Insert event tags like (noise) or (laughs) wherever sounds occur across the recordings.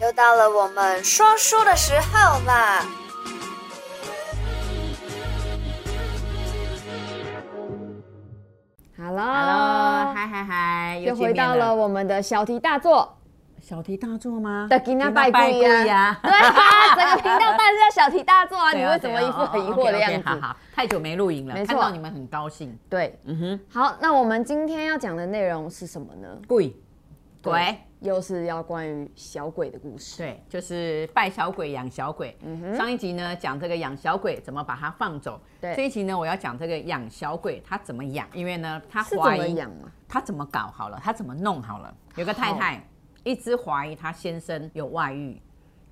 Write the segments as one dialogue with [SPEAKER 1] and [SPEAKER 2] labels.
[SPEAKER 1] 又到了我们说书的时候啦！
[SPEAKER 2] Hello，
[SPEAKER 3] Hello，
[SPEAKER 2] 嗨嗨嗨，
[SPEAKER 3] 又
[SPEAKER 2] 见
[SPEAKER 3] 回
[SPEAKER 2] 面
[SPEAKER 3] 到了我们的小题大做
[SPEAKER 2] 小题大做吗？
[SPEAKER 3] 的吉娜拜
[SPEAKER 2] 拜
[SPEAKER 3] 故呀， (laughs) 对啊，整个频道当然是叫小题大做啊，你
[SPEAKER 2] (laughs) 对啊
[SPEAKER 3] 为什么一副很疑惑的样
[SPEAKER 2] 对啊哦哦，OK，OK，好
[SPEAKER 3] 子？
[SPEAKER 2] 好太久没录影了，
[SPEAKER 3] 没错
[SPEAKER 2] 看到你们很高兴。
[SPEAKER 3] 对，
[SPEAKER 2] 嗯哼，
[SPEAKER 3] 好，那我们今天要讲的内容是什么呢？
[SPEAKER 2] 鬼鬼
[SPEAKER 3] 对，又是要关于小鬼的故事。
[SPEAKER 2] 对，就是拜小鬼养小鬼。
[SPEAKER 3] 嗯
[SPEAKER 2] 上一集呢讲这个养小鬼怎么把它放走，
[SPEAKER 3] 对
[SPEAKER 2] 这一集呢我要讲这个养小鬼他怎么养，因为呢他
[SPEAKER 3] 是怎
[SPEAKER 2] 怀
[SPEAKER 3] 么
[SPEAKER 2] 疑
[SPEAKER 3] 养啊？
[SPEAKER 2] 他怎么搞好了，他怎么弄好了。有个太太一直怀疑她先生有外遇，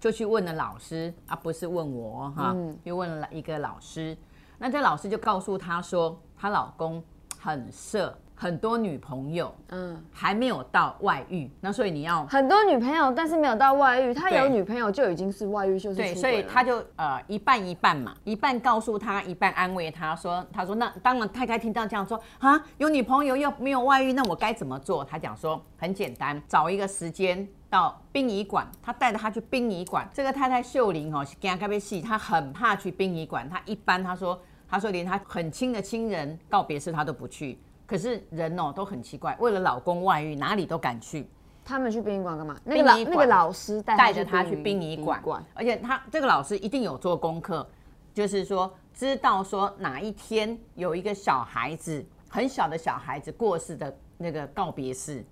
[SPEAKER 2] 就去问了老师，啊，不是问我哈，又问了一个老师。那这老师就告诉她说，她老公很色，很多女朋友，
[SPEAKER 3] 嗯，
[SPEAKER 2] 还没有到外遇，那所以你要
[SPEAKER 3] 很多女朋友，但是没有到外遇，他有
[SPEAKER 2] 对
[SPEAKER 3] 女朋友就已经是外遇，就是
[SPEAKER 2] 对，
[SPEAKER 3] 出
[SPEAKER 2] 所
[SPEAKER 3] 轨
[SPEAKER 2] 以
[SPEAKER 3] 了
[SPEAKER 2] 他就呃一半一半嘛，一半告诉他，一半安慰他说，他说那当然太太听到这样说啊，有女朋友又没有外遇，那我该怎么做？他讲说很简单，找一个时间到殡仪馆，他带着他去殡仪馆。这个太太秀玲哦，给他盖被戏，她很怕去殡仪馆，她一般她说她说连她很亲的亲人告别式她都不去。可是人哦都很奇怪，为了老公外遇哪里都敢去，
[SPEAKER 3] 他们去殡仪馆干嘛？那个老
[SPEAKER 2] 殡仪馆
[SPEAKER 3] 那个老师带
[SPEAKER 2] 带着他去殡仪馆
[SPEAKER 3] 殡馆，
[SPEAKER 2] 而且他这个老师一定有做功课，就是说知道说哪一天有一个小孩子很小的小孩子过世的那个告别式，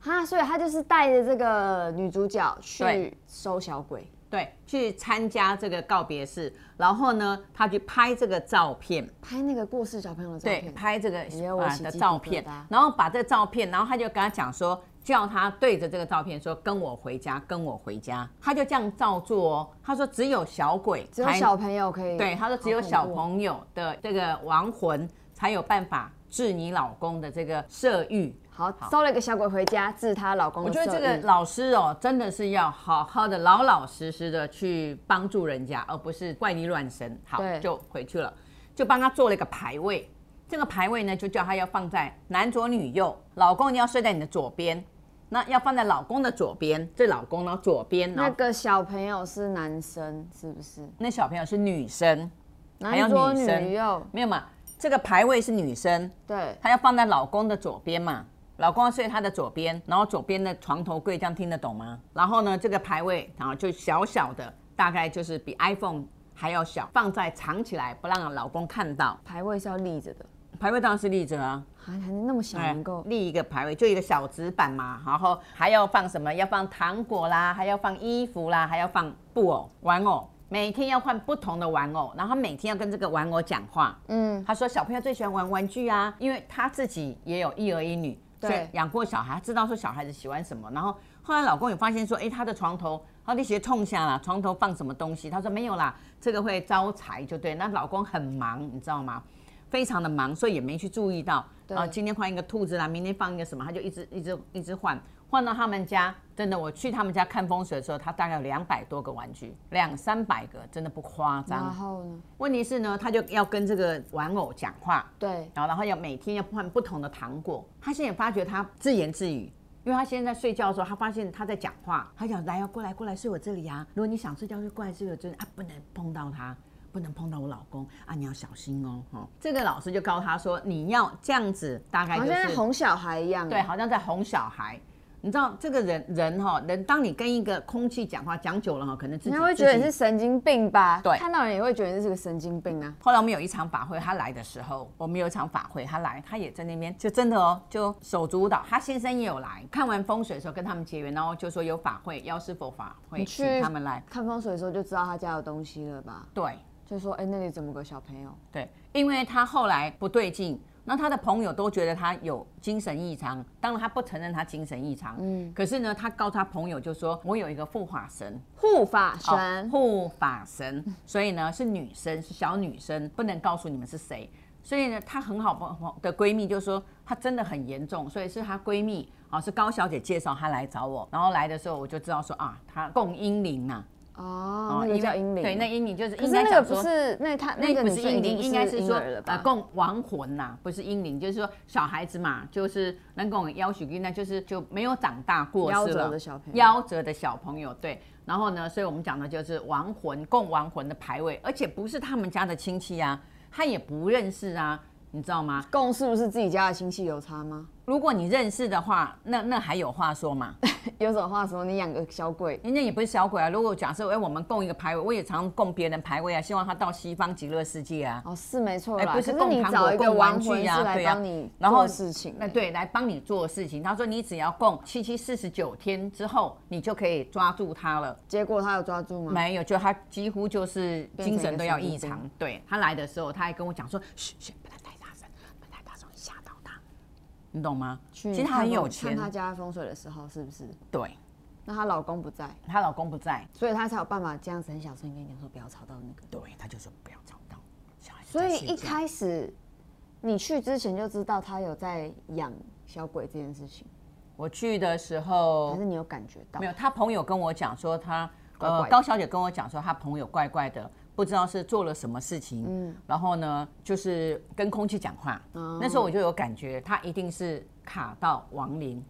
[SPEAKER 3] 哈，所以他就是带着这个女主角去
[SPEAKER 2] 对
[SPEAKER 3] 收小鬼。
[SPEAKER 2] 对，去参加这个告别式，然后呢，他去拍这个照片，
[SPEAKER 3] 拍那个过世小朋友的照
[SPEAKER 2] 对，
[SPEAKER 3] 片，
[SPEAKER 2] 拍这个
[SPEAKER 3] 你要我
[SPEAKER 2] 啊
[SPEAKER 3] 起
[SPEAKER 2] 的
[SPEAKER 3] 鸡皮
[SPEAKER 2] 照
[SPEAKER 3] 疙
[SPEAKER 2] 片
[SPEAKER 3] 瘩，
[SPEAKER 2] 然后把这照片，然后他就跟他讲说，叫他对着这个照片说，跟我回家，跟我回家，他就这样照做哦。他说只有小鬼
[SPEAKER 3] 只有
[SPEAKER 2] 才
[SPEAKER 3] 小朋友可以。
[SPEAKER 2] 对，他说只有小
[SPEAKER 3] 好恐怖哦
[SPEAKER 2] 朋友的这个亡魂才有办法治你老公的这个色欲。
[SPEAKER 3] 好，收了一个小鬼回家治她老公
[SPEAKER 2] 我
[SPEAKER 3] 的色
[SPEAKER 2] 觉
[SPEAKER 3] 欲。
[SPEAKER 2] 得这个老师哦，真的是要好好的、老老实实的去帮助人家，而不是怪力乱神。好
[SPEAKER 3] 对，
[SPEAKER 2] 就回去了，就帮他做了一个牌位。这个牌位呢，就叫他要放在男左女右，老公你要睡在你的左边，那要放在老公的左边，这老公呢左边，然
[SPEAKER 3] 那
[SPEAKER 2] 后
[SPEAKER 3] 个小朋友是男生是不是？
[SPEAKER 2] 那小朋友是女生，还有
[SPEAKER 3] 男左
[SPEAKER 2] 女生
[SPEAKER 3] 女右，
[SPEAKER 2] 没有嘛？这个牌位是女生，
[SPEAKER 3] 对，
[SPEAKER 2] 她要放在老公的左边嘛，老公要睡她的左边，然后左边的床头柜，这样听得懂吗？然后呢，这个牌位，然后就小小的，大概就是比 iPhone 还要小，放在藏起来，不让老公看到。
[SPEAKER 3] 排位是要立着的，
[SPEAKER 2] 牌位当然是立着啊，
[SPEAKER 3] 还还那么小
[SPEAKER 2] 哎
[SPEAKER 3] 嗯能够。
[SPEAKER 2] 立一个牌位，就一个小纸板嘛，然后还要放什么？要放糖果啦，还要放衣服啦，还要放布偶、玩偶，每天要换不同的玩偶，然后每天要跟这个玩偶讲话。
[SPEAKER 3] 嗯，
[SPEAKER 2] 他说小朋友最喜欢玩玩具啊，因为他自己也有一儿一女，
[SPEAKER 3] 对
[SPEAKER 2] 所以养过小孩，知道说小孩子喜欢什么。然后后来老公有发现说，哎，他的床头，他那些冲下啦，床头放什么东西？他说没有啦，这个会招财就对。那老公很忙，你知道吗？非常的忙，所以也没去注意到。
[SPEAKER 3] 对
[SPEAKER 2] 啊，今天换一个兔子啦，明天放一个什么，他就一直一直一直换，换到他们家，真的，我去他们家看风水的时候，他大概有两百多个玩具，两三百个，真的不夸张
[SPEAKER 3] 然。后呢？
[SPEAKER 2] 问题是呢，他就要跟这个玩偶讲话，
[SPEAKER 3] 对，
[SPEAKER 2] 然后然后要每天要换不同的糖果。他现在也发觉他自言自语，因为他现在在睡觉的时候，他发现他在讲话，他讲来要过来过来睡我这里啊，如果你想睡觉就过来睡我这里啊，不能碰到他。不能碰到我老公啊！你要小心哦，哈、这个老师就告诉他说，你要这样子，大概
[SPEAKER 3] 好
[SPEAKER 2] 就
[SPEAKER 3] 像
[SPEAKER 2] 是
[SPEAKER 3] 在哄小孩一样。
[SPEAKER 2] 对，，好像在哄小孩。你知道这个人人哈、人，当你跟一个空气讲话讲久了哈、可能自己
[SPEAKER 3] 人家会觉得
[SPEAKER 2] 自己
[SPEAKER 3] 你是神经病吧？
[SPEAKER 2] 对
[SPEAKER 3] 看到人也会觉得你是个神经病啊。
[SPEAKER 2] 后来我们有一场法会，他来的时候，我们有一场法会，他来，他也在那边，就真的哦，就手舞足蹈。他先生也有来，看完风水的时候跟他们结缘，然后就说有法会，要是否法会
[SPEAKER 3] 你去
[SPEAKER 2] 请他们来。
[SPEAKER 3] 看风水的时候就知道他家有东西了吧？
[SPEAKER 2] 对
[SPEAKER 3] 就说，哎，那里怎么个小朋友？
[SPEAKER 2] 对，因为他后来不对劲，那他的朋友都觉得他有精神异常，当然他不承认他精神异常，嗯，可是呢，他告诉他朋友就说，我有一个护法神，
[SPEAKER 3] 护法
[SPEAKER 2] 哦
[SPEAKER 3] 神，
[SPEAKER 2] 护法神，所以呢是女生，是小女生，不能告诉你们是谁。所以呢，她很好朋的闺蜜就说她真的很严重，所以是她闺哦蜜啊，是高小姐介绍她来找我，然后来的时候我就知道说啊，她供阴灵呐、
[SPEAKER 3] 哦，那个叫英灵，
[SPEAKER 2] 对，那英灵就是
[SPEAKER 3] 可
[SPEAKER 2] 应
[SPEAKER 3] 是
[SPEAKER 2] 该
[SPEAKER 3] 那个
[SPEAKER 2] 讲
[SPEAKER 3] 不
[SPEAKER 2] 说。
[SPEAKER 3] 是那他
[SPEAKER 2] 那
[SPEAKER 3] 个
[SPEAKER 2] 不
[SPEAKER 3] 女
[SPEAKER 2] 是
[SPEAKER 3] 生已
[SPEAKER 2] 英
[SPEAKER 3] 经
[SPEAKER 2] 灵，
[SPEAKER 3] 不
[SPEAKER 2] 应该是
[SPEAKER 3] 婴
[SPEAKER 2] 说
[SPEAKER 3] 儿了 (laughs)
[SPEAKER 2] 呃
[SPEAKER 3] 吧？
[SPEAKER 2] 供亡魂呐、不是英灵，就是说小孩子嘛，就是能供要许那就是就没有长大过
[SPEAKER 3] 夭
[SPEAKER 2] 世
[SPEAKER 3] 折
[SPEAKER 2] 了
[SPEAKER 3] 的小朋友
[SPEAKER 2] 夭折的小朋友，对。然后呢，所以我们讲的就是亡魂供亡魂的牌位，而且不是他们家的亲戚啊，他也不认识啊，你知道吗？
[SPEAKER 3] 供是不是自己家的亲戚有差吗？
[SPEAKER 2] 如果你认识的话，那那还有话说嘛？
[SPEAKER 3] 有种话说你养个小鬼，
[SPEAKER 2] 人家也不是小鬼啊。如果假设哎，我们供一个牌位，我也常供别人牌位啊，希望他到西方极乐世界啊。
[SPEAKER 3] 哦是没错
[SPEAKER 2] 哎
[SPEAKER 3] 啦，
[SPEAKER 2] 不
[SPEAKER 3] 可
[SPEAKER 2] 是
[SPEAKER 3] 是
[SPEAKER 2] 供
[SPEAKER 3] 你
[SPEAKER 2] 糖
[SPEAKER 3] 找
[SPEAKER 2] 果
[SPEAKER 3] 一个
[SPEAKER 2] 供玩
[SPEAKER 3] 亡魂
[SPEAKER 2] 具
[SPEAKER 3] 是
[SPEAKER 2] 啊
[SPEAKER 3] 来
[SPEAKER 2] 对啊
[SPEAKER 3] 帮你
[SPEAKER 2] 然后
[SPEAKER 3] 做事情
[SPEAKER 2] 那
[SPEAKER 3] 的，
[SPEAKER 2] 对，来帮你做事情。他说你只要供七七四十九天之后，你就可以抓住他了。
[SPEAKER 3] 结果他有抓住吗？
[SPEAKER 2] 没有，就他几乎就是
[SPEAKER 3] 变成
[SPEAKER 2] 精
[SPEAKER 3] 一个
[SPEAKER 2] 神都要
[SPEAKER 3] 神经
[SPEAKER 2] 异常
[SPEAKER 3] 病。
[SPEAKER 2] 对他来的时候，他还跟我讲说：“嘘嘘，不能太大声，不能太大声，会吓到他。”你懂吗？
[SPEAKER 3] 去
[SPEAKER 2] 其实他很有钱
[SPEAKER 3] 看，他家风水的时候是不是？
[SPEAKER 2] 对，
[SPEAKER 3] 那她老公不在，
[SPEAKER 2] 她老公不在，
[SPEAKER 3] 所以她才有办法这样子很小声跟你讲说不要吵到那个。
[SPEAKER 2] 对，他就说不要吵到小孩子
[SPEAKER 3] 所
[SPEAKER 2] 在
[SPEAKER 3] 以
[SPEAKER 2] 睡觉。
[SPEAKER 3] 一开始你去之前就知道他有在养小鬼这件事情，
[SPEAKER 2] 我去的时候
[SPEAKER 3] 还是你有感觉到
[SPEAKER 2] 哦没？有，他朋友跟我讲说他，
[SPEAKER 3] 怪怪
[SPEAKER 2] 呃，
[SPEAKER 3] 的
[SPEAKER 2] 高小姐跟我讲说，她朋友怪怪的，不知道是做了什么事情。然后呢，就是跟空气讲话。
[SPEAKER 3] 嗯哦
[SPEAKER 2] 那时候我就有感觉，她一定是卡到亡灵。
[SPEAKER 3] 嗯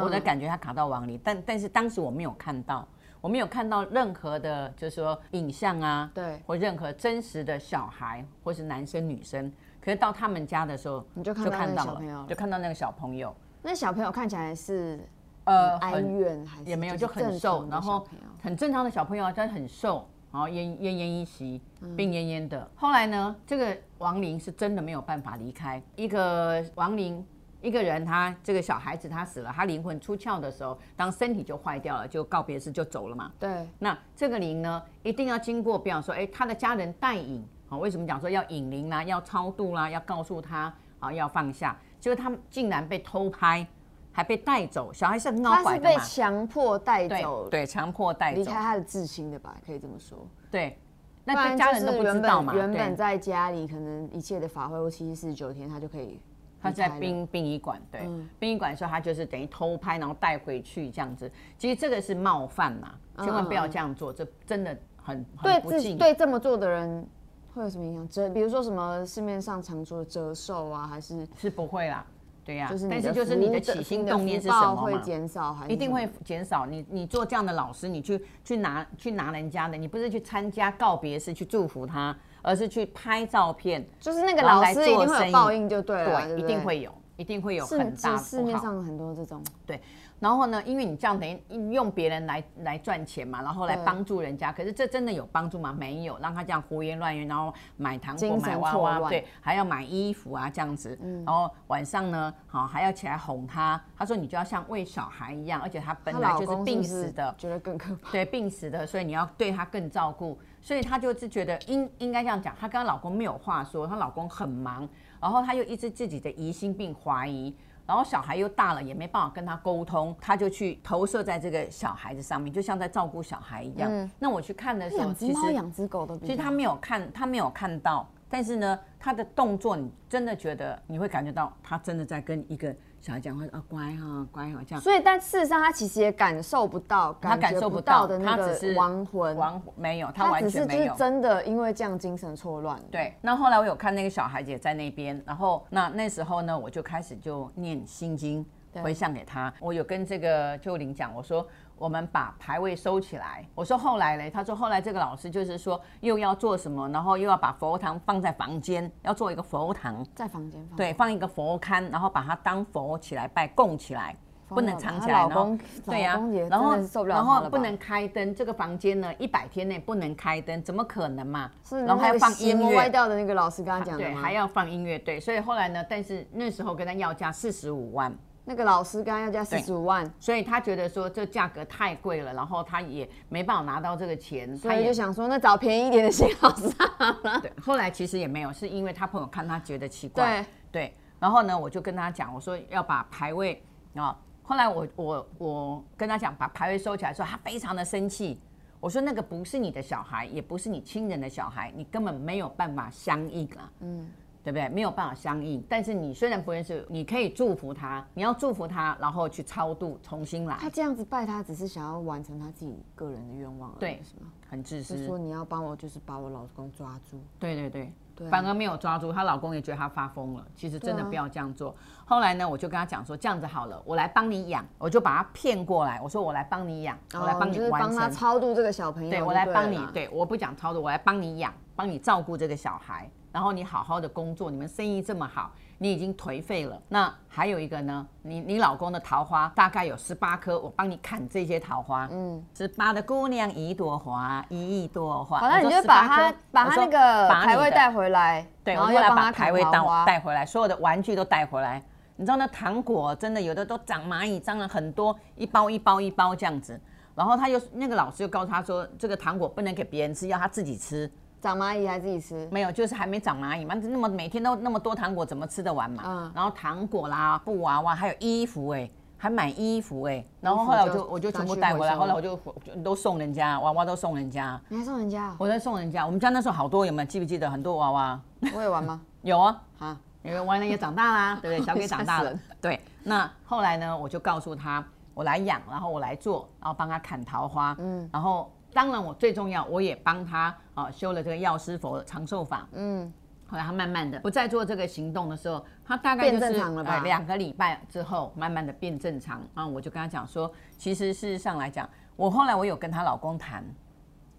[SPEAKER 2] 我的感觉她卡到亡灵，但但是当时我没有看到，我没有看到任何的，就是说影像啊，
[SPEAKER 3] 对
[SPEAKER 2] 或任何真实的小孩或是男生女生。可是到他们家的时候，
[SPEAKER 3] 你就看到那个小朋友了
[SPEAKER 2] 就看到那个小朋友，
[SPEAKER 3] 那小朋友看起来是
[SPEAKER 2] 呃，
[SPEAKER 3] 哀
[SPEAKER 2] 很
[SPEAKER 3] 怨还是
[SPEAKER 2] 也没有，
[SPEAKER 3] 是
[SPEAKER 2] 就很
[SPEAKER 3] 正常
[SPEAKER 2] 瘦，
[SPEAKER 3] 的
[SPEAKER 2] 然
[SPEAKER 3] 小
[SPEAKER 2] 后
[SPEAKER 3] 朋友嗯
[SPEAKER 2] 很正常的小朋友啊，但很瘦，然后奄奄奄一息，病恹恹的。后来呢，这个亡灵是真的没有办法离开，一个亡灵。一个人他，这个小孩子他死了，他灵魂出窍的时候，当身体就坏掉了，就告别式就走了嘛。
[SPEAKER 3] 对
[SPEAKER 2] 那这个灵呢，一定要经过，比方说，哎，他的家人带引，好、为什么讲说要引灵啦、要超度啦、要告诉他啊、要放下？结果他们竟然被偷拍，还被带走，小孩是很拗
[SPEAKER 3] 他
[SPEAKER 2] 拐
[SPEAKER 3] 是
[SPEAKER 2] 的
[SPEAKER 3] 被
[SPEAKER 2] 嘛，
[SPEAKER 3] 强迫带
[SPEAKER 2] 对
[SPEAKER 3] 走，
[SPEAKER 2] 哎对，强迫带
[SPEAKER 3] 离
[SPEAKER 2] 走
[SPEAKER 3] 开，他的至亲的吧，可以这么说。
[SPEAKER 2] 对，
[SPEAKER 3] 不
[SPEAKER 2] 那
[SPEAKER 3] 然
[SPEAKER 2] 这
[SPEAKER 3] 就
[SPEAKER 2] 家人
[SPEAKER 3] 是
[SPEAKER 2] 都不知
[SPEAKER 3] 原
[SPEAKER 2] 道
[SPEAKER 3] 本
[SPEAKER 2] 嘛，
[SPEAKER 3] 原本
[SPEAKER 2] 对，
[SPEAKER 3] 在家里，可能一切的法会或七十四十九天，他就可以
[SPEAKER 2] 他
[SPEAKER 3] 离
[SPEAKER 2] 在
[SPEAKER 3] 开了嗯
[SPEAKER 2] 殡殡仪馆，对，殡仪馆的时候他就是等于偷拍，然后带回去这样子，其实这个是冒犯嘛，千万不要这样做，这真的很
[SPEAKER 3] 嗯对
[SPEAKER 2] 很不
[SPEAKER 3] 自己
[SPEAKER 2] 敬。
[SPEAKER 3] 对这么做的人会有什么影响？折，比如说什么市面上常说的折寿啊，还是
[SPEAKER 2] 是不会啦，对呀、
[SPEAKER 3] 就是
[SPEAKER 2] 但
[SPEAKER 3] 你
[SPEAKER 2] 是
[SPEAKER 3] 的
[SPEAKER 2] 就是
[SPEAKER 3] 服
[SPEAKER 2] 你
[SPEAKER 3] 务的
[SPEAKER 2] 的起心
[SPEAKER 3] 你的
[SPEAKER 2] 动念
[SPEAKER 3] 福
[SPEAKER 2] 是什
[SPEAKER 3] 报
[SPEAKER 2] 么
[SPEAKER 3] 会
[SPEAKER 2] 嘛，
[SPEAKER 3] 减少还是
[SPEAKER 2] 一定
[SPEAKER 3] 什么
[SPEAKER 2] 会减少。你你做这样的老师，你去去拿去拿人家的，你不是去参加告别式去祝福他，而是去拍照片，
[SPEAKER 3] 就是那个
[SPEAKER 2] 然后
[SPEAKER 3] 老
[SPEAKER 2] 来
[SPEAKER 3] 师一
[SPEAKER 2] 做
[SPEAKER 3] 定会
[SPEAKER 2] 生
[SPEAKER 3] 有
[SPEAKER 2] 意
[SPEAKER 3] 报应就对了啊，对
[SPEAKER 2] 一
[SPEAKER 3] 不
[SPEAKER 2] 定
[SPEAKER 3] 对
[SPEAKER 2] 会有，一定会有
[SPEAKER 3] 是
[SPEAKER 2] 很大
[SPEAKER 3] 是
[SPEAKER 2] 的
[SPEAKER 3] 市
[SPEAKER 2] 不
[SPEAKER 3] 面
[SPEAKER 2] 好。
[SPEAKER 3] 上很多这种，
[SPEAKER 2] 对，然后呢，因为你这样等于用别人来来赚钱嘛，然后来
[SPEAKER 3] 对
[SPEAKER 2] 帮助人家，可是这真的有帮助吗？没有，让他这样胡言乱语，然后买糖果、
[SPEAKER 3] 精
[SPEAKER 2] 买
[SPEAKER 3] 神
[SPEAKER 2] 娃
[SPEAKER 3] 错
[SPEAKER 2] 娃，
[SPEAKER 3] 乱嗯
[SPEAKER 2] 对，还要买衣服啊这样子，然后晚上呢，好、还要起来哄他。他说你就要像喂小孩一样，而且他本
[SPEAKER 3] 她
[SPEAKER 2] 来
[SPEAKER 3] 老
[SPEAKER 2] 就是
[SPEAKER 3] 公
[SPEAKER 2] 病
[SPEAKER 3] 不
[SPEAKER 2] 死
[SPEAKER 3] 是
[SPEAKER 2] 的，哦
[SPEAKER 3] 觉得更可
[SPEAKER 2] (laughs)
[SPEAKER 3] 怕。
[SPEAKER 2] 对，病死的，所以你要对她更照顾，所以她就是觉得应应该这样讲，她跟她老公没有话说，她老公很忙，然后她又一直自己的疑心病怀疑，然后小孩又大了，也没办法跟她沟通，她就去投射在这个小孩子上面，就像在照顾小孩一样。那我去看的时
[SPEAKER 3] 嗯哎
[SPEAKER 2] 候，
[SPEAKER 3] 养只
[SPEAKER 2] 其
[SPEAKER 3] 猫、
[SPEAKER 2] 实
[SPEAKER 3] 养只狗都比
[SPEAKER 2] 其实
[SPEAKER 3] 较
[SPEAKER 2] 他没有看，他没有看到，但是呢，他的动作你真的觉得你会感觉到他真的在跟一个小孩讲话啊，乖哈、乖哈、这样。
[SPEAKER 3] 所以，但事实上，他其实也感受不到，
[SPEAKER 2] 他感
[SPEAKER 3] 觉
[SPEAKER 2] 受不
[SPEAKER 3] 不
[SPEAKER 2] 到
[SPEAKER 3] 的
[SPEAKER 2] 他
[SPEAKER 3] 那
[SPEAKER 2] 只
[SPEAKER 3] 个
[SPEAKER 2] 是
[SPEAKER 3] 亡魂，
[SPEAKER 2] 亡没有，他
[SPEAKER 3] 他
[SPEAKER 2] 完
[SPEAKER 3] 只是
[SPEAKER 2] 全
[SPEAKER 3] 就
[SPEAKER 2] 没有
[SPEAKER 3] 是。真的因为这样精神错乱。
[SPEAKER 2] 对，那后来我有看那个小孩子也在那边，然后那那时候呢，我就开始就念心经
[SPEAKER 3] 对
[SPEAKER 2] 回向给他。我有跟这个就林讲，我说我们把牌位收起来。我说后来嘞，他说后来这个老师就是说又要做什么，然后又要把佛堂放在房间，要做一个佛堂，
[SPEAKER 3] 在房间放
[SPEAKER 2] 对，放一个佛龛，然后把它当佛起来拜，供起来。不能藏起来，
[SPEAKER 3] 她老公
[SPEAKER 2] 然后对呀、
[SPEAKER 3] 老公也
[SPEAKER 2] 然
[SPEAKER 3] 真
[SPEAKER 2] 后
[SPEAKER 3] 的受不了
[SPEAKER 2] 然
[SPEAKER 3] 她
[SPEAKER 2] 后
[SPEAKER 3] 了
[SPEAKER 2] 不
[SPEAKER 3] 吧
[SPEAKER 2] 能开灯，这个房间呢，一百天内不能开灯，怎么可能嘛？
[SPEAKER 3] 是
[SPEAKER 2] 然后还
[SPEAKER 3] 那
[SPEAKER 2] 要
[SPEAKER 3] 个
[SPEAKER 2] 放
[SPEAKER 3] 邪
[SPEAKER 2] 音
[SPEAKER 3] 魔
[SPEAKER 2] 乐
[SPEAKER 3] 歪，掉的那个老师跟他讲的
[SPEAKER 2] 对，
[SPEAKER 3] 吗？
[SPEAKER 2] 还要放音乐对，所以后来呢，但是那时候跟他要价四十五万，
[SPEAKER 3] 那个老师刚刚要加四
[SPEAKER 2] 对
[SPEAKER 3] 十五万，
[SPEAKER 2] 所以他觉得说这价格太贵了，然后他也没办法拿到这个钱，
[SPEAKER 3] 所
[SPEAKER 2] 他
[SPEAKER 3] 以
[SPEAKER 2] 也
[SPEAKER 3] 就想说，那找便宜一点的新老师好了。
[SPEAKER 2] 对。后来其实也没有，是因为他朋友看他觉得奇怪， (laughs) 对。然后呢，我就跟他讲，我说要把牌位啊。后来我我我跟他讲把牌位收起来之后，他非常的生气。我说那个不是你的小孩，也不是你亲人的小孩，你根本没有办法相应啊。嗯，对不对？没有办法相应，但是你虽然不认识，你可以祝福他，你要祝福他，然后去超度，重新来
[SPEAKER 3] 他，这样子拜他，只是想要完成他自己个人的愿望而已，
[SPEAKER 2] 对
[SPEAKER 3] 是吗？
[SPEAKER 2] 很自
[SPEAKER 3] 就
[SPEAKER 2] 私
[SPEAKER 3] 说。你要帮我，就是把我老公抓住。
[SPEAKER 2] 对对对，
[SPEAKER 3] 对啊
[SPEAKER 2] 反而没有抓住，她老公也觉得她发疯了。其实真的
[SPEAKER 3] 对啊
[SPEAKER 2] 不要这样做。后来呢，我就跟她讲说，这样子好了，我来帮你养，我就把她骗过来，我说我来帮你养，我来帮
[SPEAKER 3] 哦
[SPEAKER 2] 你
[SPEAKER 3] 就是
[SPEAKER 2] 完
[SPEAKER 3] 帮他
[SPEAKER 2] 成。
[SPEAKER 3] 超度这个小朋友就
[SPEAKER 2] 对
[SPEAKER 3] 了啦。
[SPEAKER 2] 我来帮你，对，我不讲操作，我来帮你养，帮你照顾这个小孩，然后你好好的工作，你们生意这么好，你已经颓废了。那还有一个呢，你你老公的桃花大概有十八颗，我帮你砍这些桃花，嗯，十八的姑娘一朵花，一亿朵花。
[SPEAKER 3] 好，那
[SPEAKER 2] 我
[SPEAKER 3] 你
[SPEAKER 2] 说
[SPEAKER 3] 就把
[SPEAKER 2] 18颗
[SPEAKER 3] 他把
[SPEAKER 2] 我
[SPEAKER 3] 他
[SPEAKER 2] 说
[SPEAKER 3] 那个
[SPEAKER 2] 把
[SPEAKER 3] 牌
[SPEAKER 2] 你
[SPEAKER 3] 位
[SPEAKER 2] 的
[SPEAKER 3] 带回来，
[SPEAKER 2] 对，
[SPEAKER 3] 然
[SPEAKER 2] 我
[SPEAKER 3] 后
[SPEAKER 2] 后
[SPEAKER 3] 要
[SPEAKER 2] 来
[SPEAKER 3] 帮
[SPEAKER 2] 把
[SPEAKER 3] 他啊
[SPEAKER 2] 牌
[SPEAKER 3] 砍
[SPEAKER 2] 位
[SPEAKER 3] 桃
[SPEAKER 2] 当
[SPEAKER 3] 花。
[SPEAKER 2] 带回来，所有的玩具都带回来。你知道那糖果真的有的都长蚂蚁，蟑螂很多，一包一包一包这样子。然后他又那个老师又告诉他说，这个糖果不能给别人吃，要他自己吃。
[SPEAKER 3] 长蚂蚁还自己吃，
[SPEAKER 2] 没有，就是还没长蚂蚁嘛，那么每天都那么多糖果，怎么吃得完嘛？
[SPEAKER 3] 嗯
[SPEAKER 2] 然后糖果啦、布娃娃，还有衣服哎、还买衣服哎、然后后来我
[SPEAKER 3] 衣服
[SPEAKER 2] 就
[SPEAKER 3] 就
[SPEAKER 2] 我就全
[SPEAKER 3] 拿
[SPEAKER 2] 部
[SPEAKER 3] 去
[SPEAKER 2] 带回来，
[SPEAKER 3] 回收
[SPEAKER 2] 后来我就我就都送人家，娃娃都送人家，
[SPEAKER 3] 你还送人家哦？
[SPEAKER 2] 我在送人家。我们家那时候好多，有没有记不记得很多娃娃？
[SPEAKER 3] 我也玩吗？ (laughs)
[SPEAKER 2] 有啊，
[SPEAKER 3] 啊，
[SPEAKER 2] 因为完了也长
[SPEAKER 3] (laughs)
[SPEAKER 2] 大啦，对不对？小鬼长大
[SPEAKER 3] 吓
[SPEAKER 2] 了
[SPEAKER 3] 死，
[SPEAKER 2] 对。那后来呢，我就告诉他，我来养，然后我来做，然后帮他砍桃花，嗯，然后当然我最重药，我也帮他啊、呃修了这个药师佛长寿法，
[SPEAKER 3] 嗯，
[SPEAKER 2] 后来他慢慢的不再做这个行动的时候，他大概就是
[SPEAKER 3] 变正常了吧
[SPEAKER 2] 哎两个礼拜之后，慢慢的变正常。然后我就跟他讲说，其实事实上来讲，我后来我有跟她老公谈，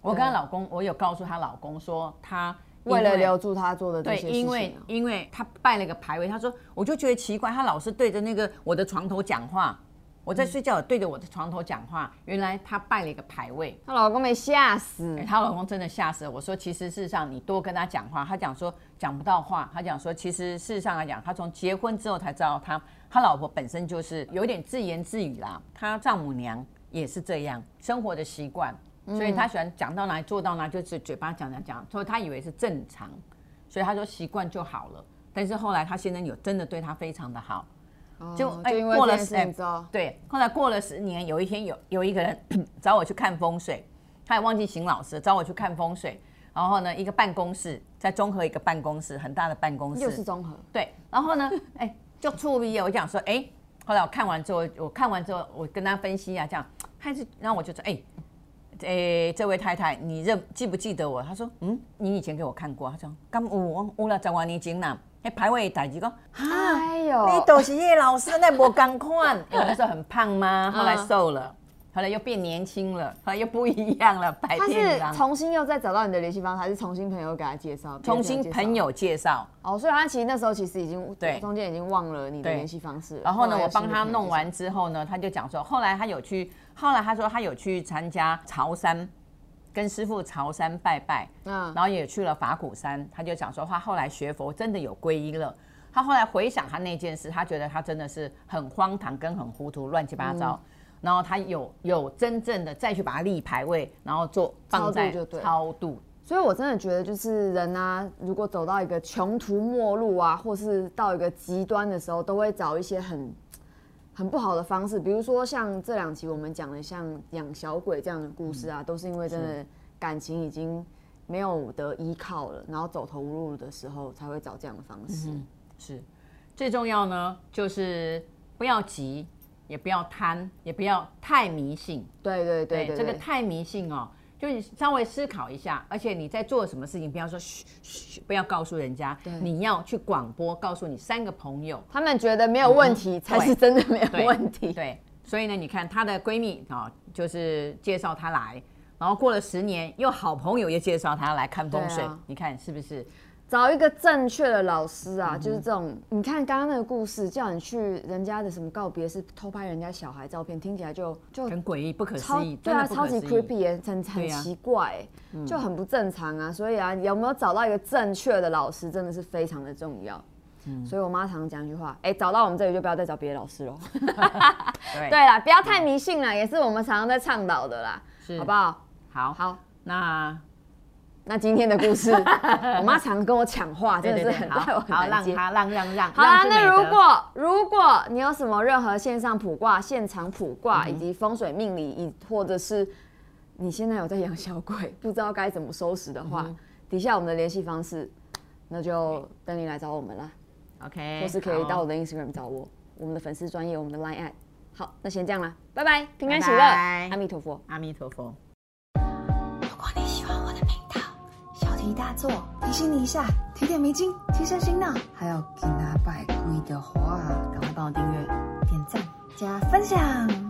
[SPEAKER 2] 我跟她老公，我有告诉她老公说，她因
[SPEAKER 3] 嗯为了留住他做的这
[SPEAKER 2] 对，
[SPEAKER 3] 些事情啊。
[SPEAKER 2] 因为因为他拜了个牌位，他说我就觉得奇怪，他老是对着那个我的床头讲话，我在睡觉对着我的床头讲话，原来他拜了一个牌位。
[SPEAKER 3] 她老公没吓死
[SPEAKER 2] 哎，她老公真的吓死了。我说，其实事实上你多跟他讲话，他讲说讲不到话，他讲说其实事实上来讲，他从结婚之后才知道他他老婆本身就是有点自言自语啦，他丈母娘也是这样生活的习惯，所以他喜欢讲到哪里做到哪里，就是嘴巴讲讲讲，所以他以为是正常，所以他说习惯就好了。但是后来他先生有真的对他非常的好，
[SPEAKER 3] 哦
[SPEAKER 2] 就哎
[SPEAKER 3] 因为
[SPEAKER 2] 过
[SPEAKER 3] 这
[SPEAKER 2] 了
[SPEAKER 3] 件事
[SPEAKER 2] 哎
[SPEAKER 3] 情之后，
[SPEAKER 2] 对，后来过了十年，有一天有有一个人 (coughs) 找我去看风水，他也忘记邢老师找我去看风水，然后呢，一个办公室在中和一个办公室，很大的办公室，
[SPEAKER 3] 又是综合，
[SPEAKER 2] 对，然后呢， (laughs) 哎，就触鼻我讲说，哎，后来我看完之后，我看完之后，我跟他分析啊，这样，他是，然后我就说，哎，哎，这位太太，你认记不记得我？他说，嗯，你以前给我看过。他说，刚有有啦，十万年前啦，那哎排位代志讲，哈。
[SPEAKER 3] 哎
[SPEAKER 2] 你
[SPEAKER 3] 呦，
[SPEAKER 2] 就是叶老师，那无同 (laughs) 款。哦哎嗯我那时候很胖吗？后来瘦了，后来又变年轻了，后来又不一样了，白
[SPEAKER 3] 他
[SPEAKER 2] 天
[SPEAKER 3] 是
[SPEAKER 2] 狼。
[SPEAKER 3] 重新又再找到你的联系方式，还是重新朋友给他介绍？别
[SPEAKER 2] 重
[SPEAKER 3] 人给他
[SPEAKER 2] 新
[SPEAKER 3] 介绍
[SPEAKER 2] 朋友介绍，
[SPEAKER 3] 哦，所以他其实那时候其实已经
[SPEAKER 2] 对
[SPEAKER 3] 中间已经忘了你的
[SPEAKER 2] 对
[SPEAKER 3] 联系方式了。
[SPEAKER 2] 然后呢，
[SPEAKER 3] 来
[SPEAKER 2] 我
[SPEAKER 3] 有新
[SPEAKER 2] 帮
[SPEAKER 3] 的
[SPEAKER 2] 他
[SPEAKER 3] 朋友
[SPEAKER 2] 弄
[SPEAKER 3] 介绍
[SPEAKER 2] 完之后呢，他就讲说，后来他有去，后来他说他有去参加潮山，跟师傅潮山拜拜，
[SPEAKER 3] 嗯
[SPEAKER 2] 然后也去了法鼓山，他就讲说他后来学佛真的有皈依了。他后来回想他那件事，他觉得他真的是很荒唐跟很糊涂，乱七八糟。
[SPEAKER 3] 嗯
[SPEAKER 2] 然后他有有真正的再去把它立牌位，然后做放在
[SPEAKER 3] 超度就对了
[SPEAKER 2] 超度，
[SPEAKER 3] 所以，我真的觉得，就是人啊，如果走到一个穷途末路啊，或是到一个极端的时候，都会找一些很很不好的方式。比如说，像这两集我们讲的，像养小鬼这样的故
[SPEAKER 2] 嗯
[SPEAKER 3] 事啊，都是因为真的感情已经没有得依靠了，然后走投无路的时候，才会找这样的方
[SPEAKER 2] 嗯
[SPEAKER 3] 式。
[SPEAKER 2] 是最重要呢，就是不要急，也不要贪，也不要太迷信。
[SPEAKER 3] 对对对对
[SPEAKER 2] 这个
[SPEAKER 3] 对
[SPEAKER 2] 太迷信哦，就你稍微思考一下，而且你在做什么事情，不要说嘘嘘，不要告诉人家
[SPEAKER 3] 对，
[SPEAKER 2] 你要去广播告诉你三个朋友，
[SPEAKER 3] 他们觉得没有问题，才是真的没有
[SPEAKER 2] 嗯对
[SPEAKER 3] 问题。
[SPEAKER 2] 对，所以呢，你看她的闺蜜啊、就是介绍她来。然后过了十年，又好朋友也介绍她来看风水，
[SPEAKER 3] 对啊
[SPEAKER 2] 你看是不是？
[SPEAKER 3] 找一个正确的老师
[SPEAKER 2] 嗯
[SPEAKER 3] 啊，就是这种。你看刚刚那个故事，叫你去人家的什么告别式偷拍人家小孩照片，听起来就就
[SPEAKER 2] 很诡异，不可思
[SPEAKER 3] 超
[SPEAKER 2] 议，
[SPEAKER 3] 对
[SPEAKER 2] 真
[SPEAKER 3] 啊，
[SPEAKER 2] 的不
[SPEAKER 3] 超
[SPEAKER 2] 可
[SPEAKER 3] 级
[SPEAKER 2] 思议。
[SPEAKER 3] creepy，也很很
[SPEAKER 2] 对啊
[SPEAKER 3] 奇怪欸、就很不正常啊。所以啊，有没有找到一个正确的老师，真的是非常的重要。
[SPEAKER 2] 嗯
[SPEAKER 3] 所以我妈常常讲一句话，哎、找到我们这里就不要再找别的老师喽。
[SPEAKER 2] (laughs) 对
[SPEAKER 3] (laughs) 对
[SPEAKER 2] 嗯
[SPEAKER 3] 啦，不要太迷信了，也是我们常常在倡导的啦，
[SPEAKER 2] 是
[SPEAKER 3] 好不好？
[SPEAKER 2] 好，
[SPEAKER 3] 好，
[SPEAKER 2] 那
[SPEAKER 3] 那今天的故
[SPEAKER 2] (laughs)
[SPEAKER 3] 事，我妈常跟我抢话，真
[SPEAKER 2] 对
[SPEAKER 3] 的是
[SPEAKER 2] 对对，
[SPEAKER 3] 很
[SPEAKER 2] 好
[SPEAKER 3] 害我很
[SPEAKER 2] 好
[SPEAKER 3] 难
[SPEAKER 2] 让
[SPEAKER 3] 接
[SPEAKER 2] 他让让让。
[SPEAKER 3] 好啦，
[SPEAKER 2] 让是
[SPEAKER 3] 那
[SPEAKER 2] 美
[SPEAKER 3] 如
[SPEAKER 2] 德
[SPEAKER 3] 果如果你有什么任何线上卜卦、现场卜
[SPEAKER 2] 嗯
[SPEAKER 3] 卦、以及风水命理，以或者是 (laughs)
[SPEAKER 2] 嗯
[SPEAKER 3] 你现在有在养小鬼，不知道该怎么收拾的话，底下我们的联系方式那就等你来找我们啦，
[SPEAKER 2] OK，
[SPEAKER 3] 或是可以
[SPEAKER 2] 哎好
[SPEAKER 3] 到我的 Instagram 找我，我们的粉丝专业，我们的 Line at。好，那先这样啦，拜拜，平安喜乐，
[SPEAKER 2] 拜拜
[SPEAKER 3] 阿弥陀佛。
[SPEAKER 2] 阿弥陀佛。
[SPEAKER 4] 如果你喜欢我的频道，小题大做，提醒你一下，提点迷津，提升心脑。还有给拿百贵的话，赶快帮我订阅、点赞、加分享。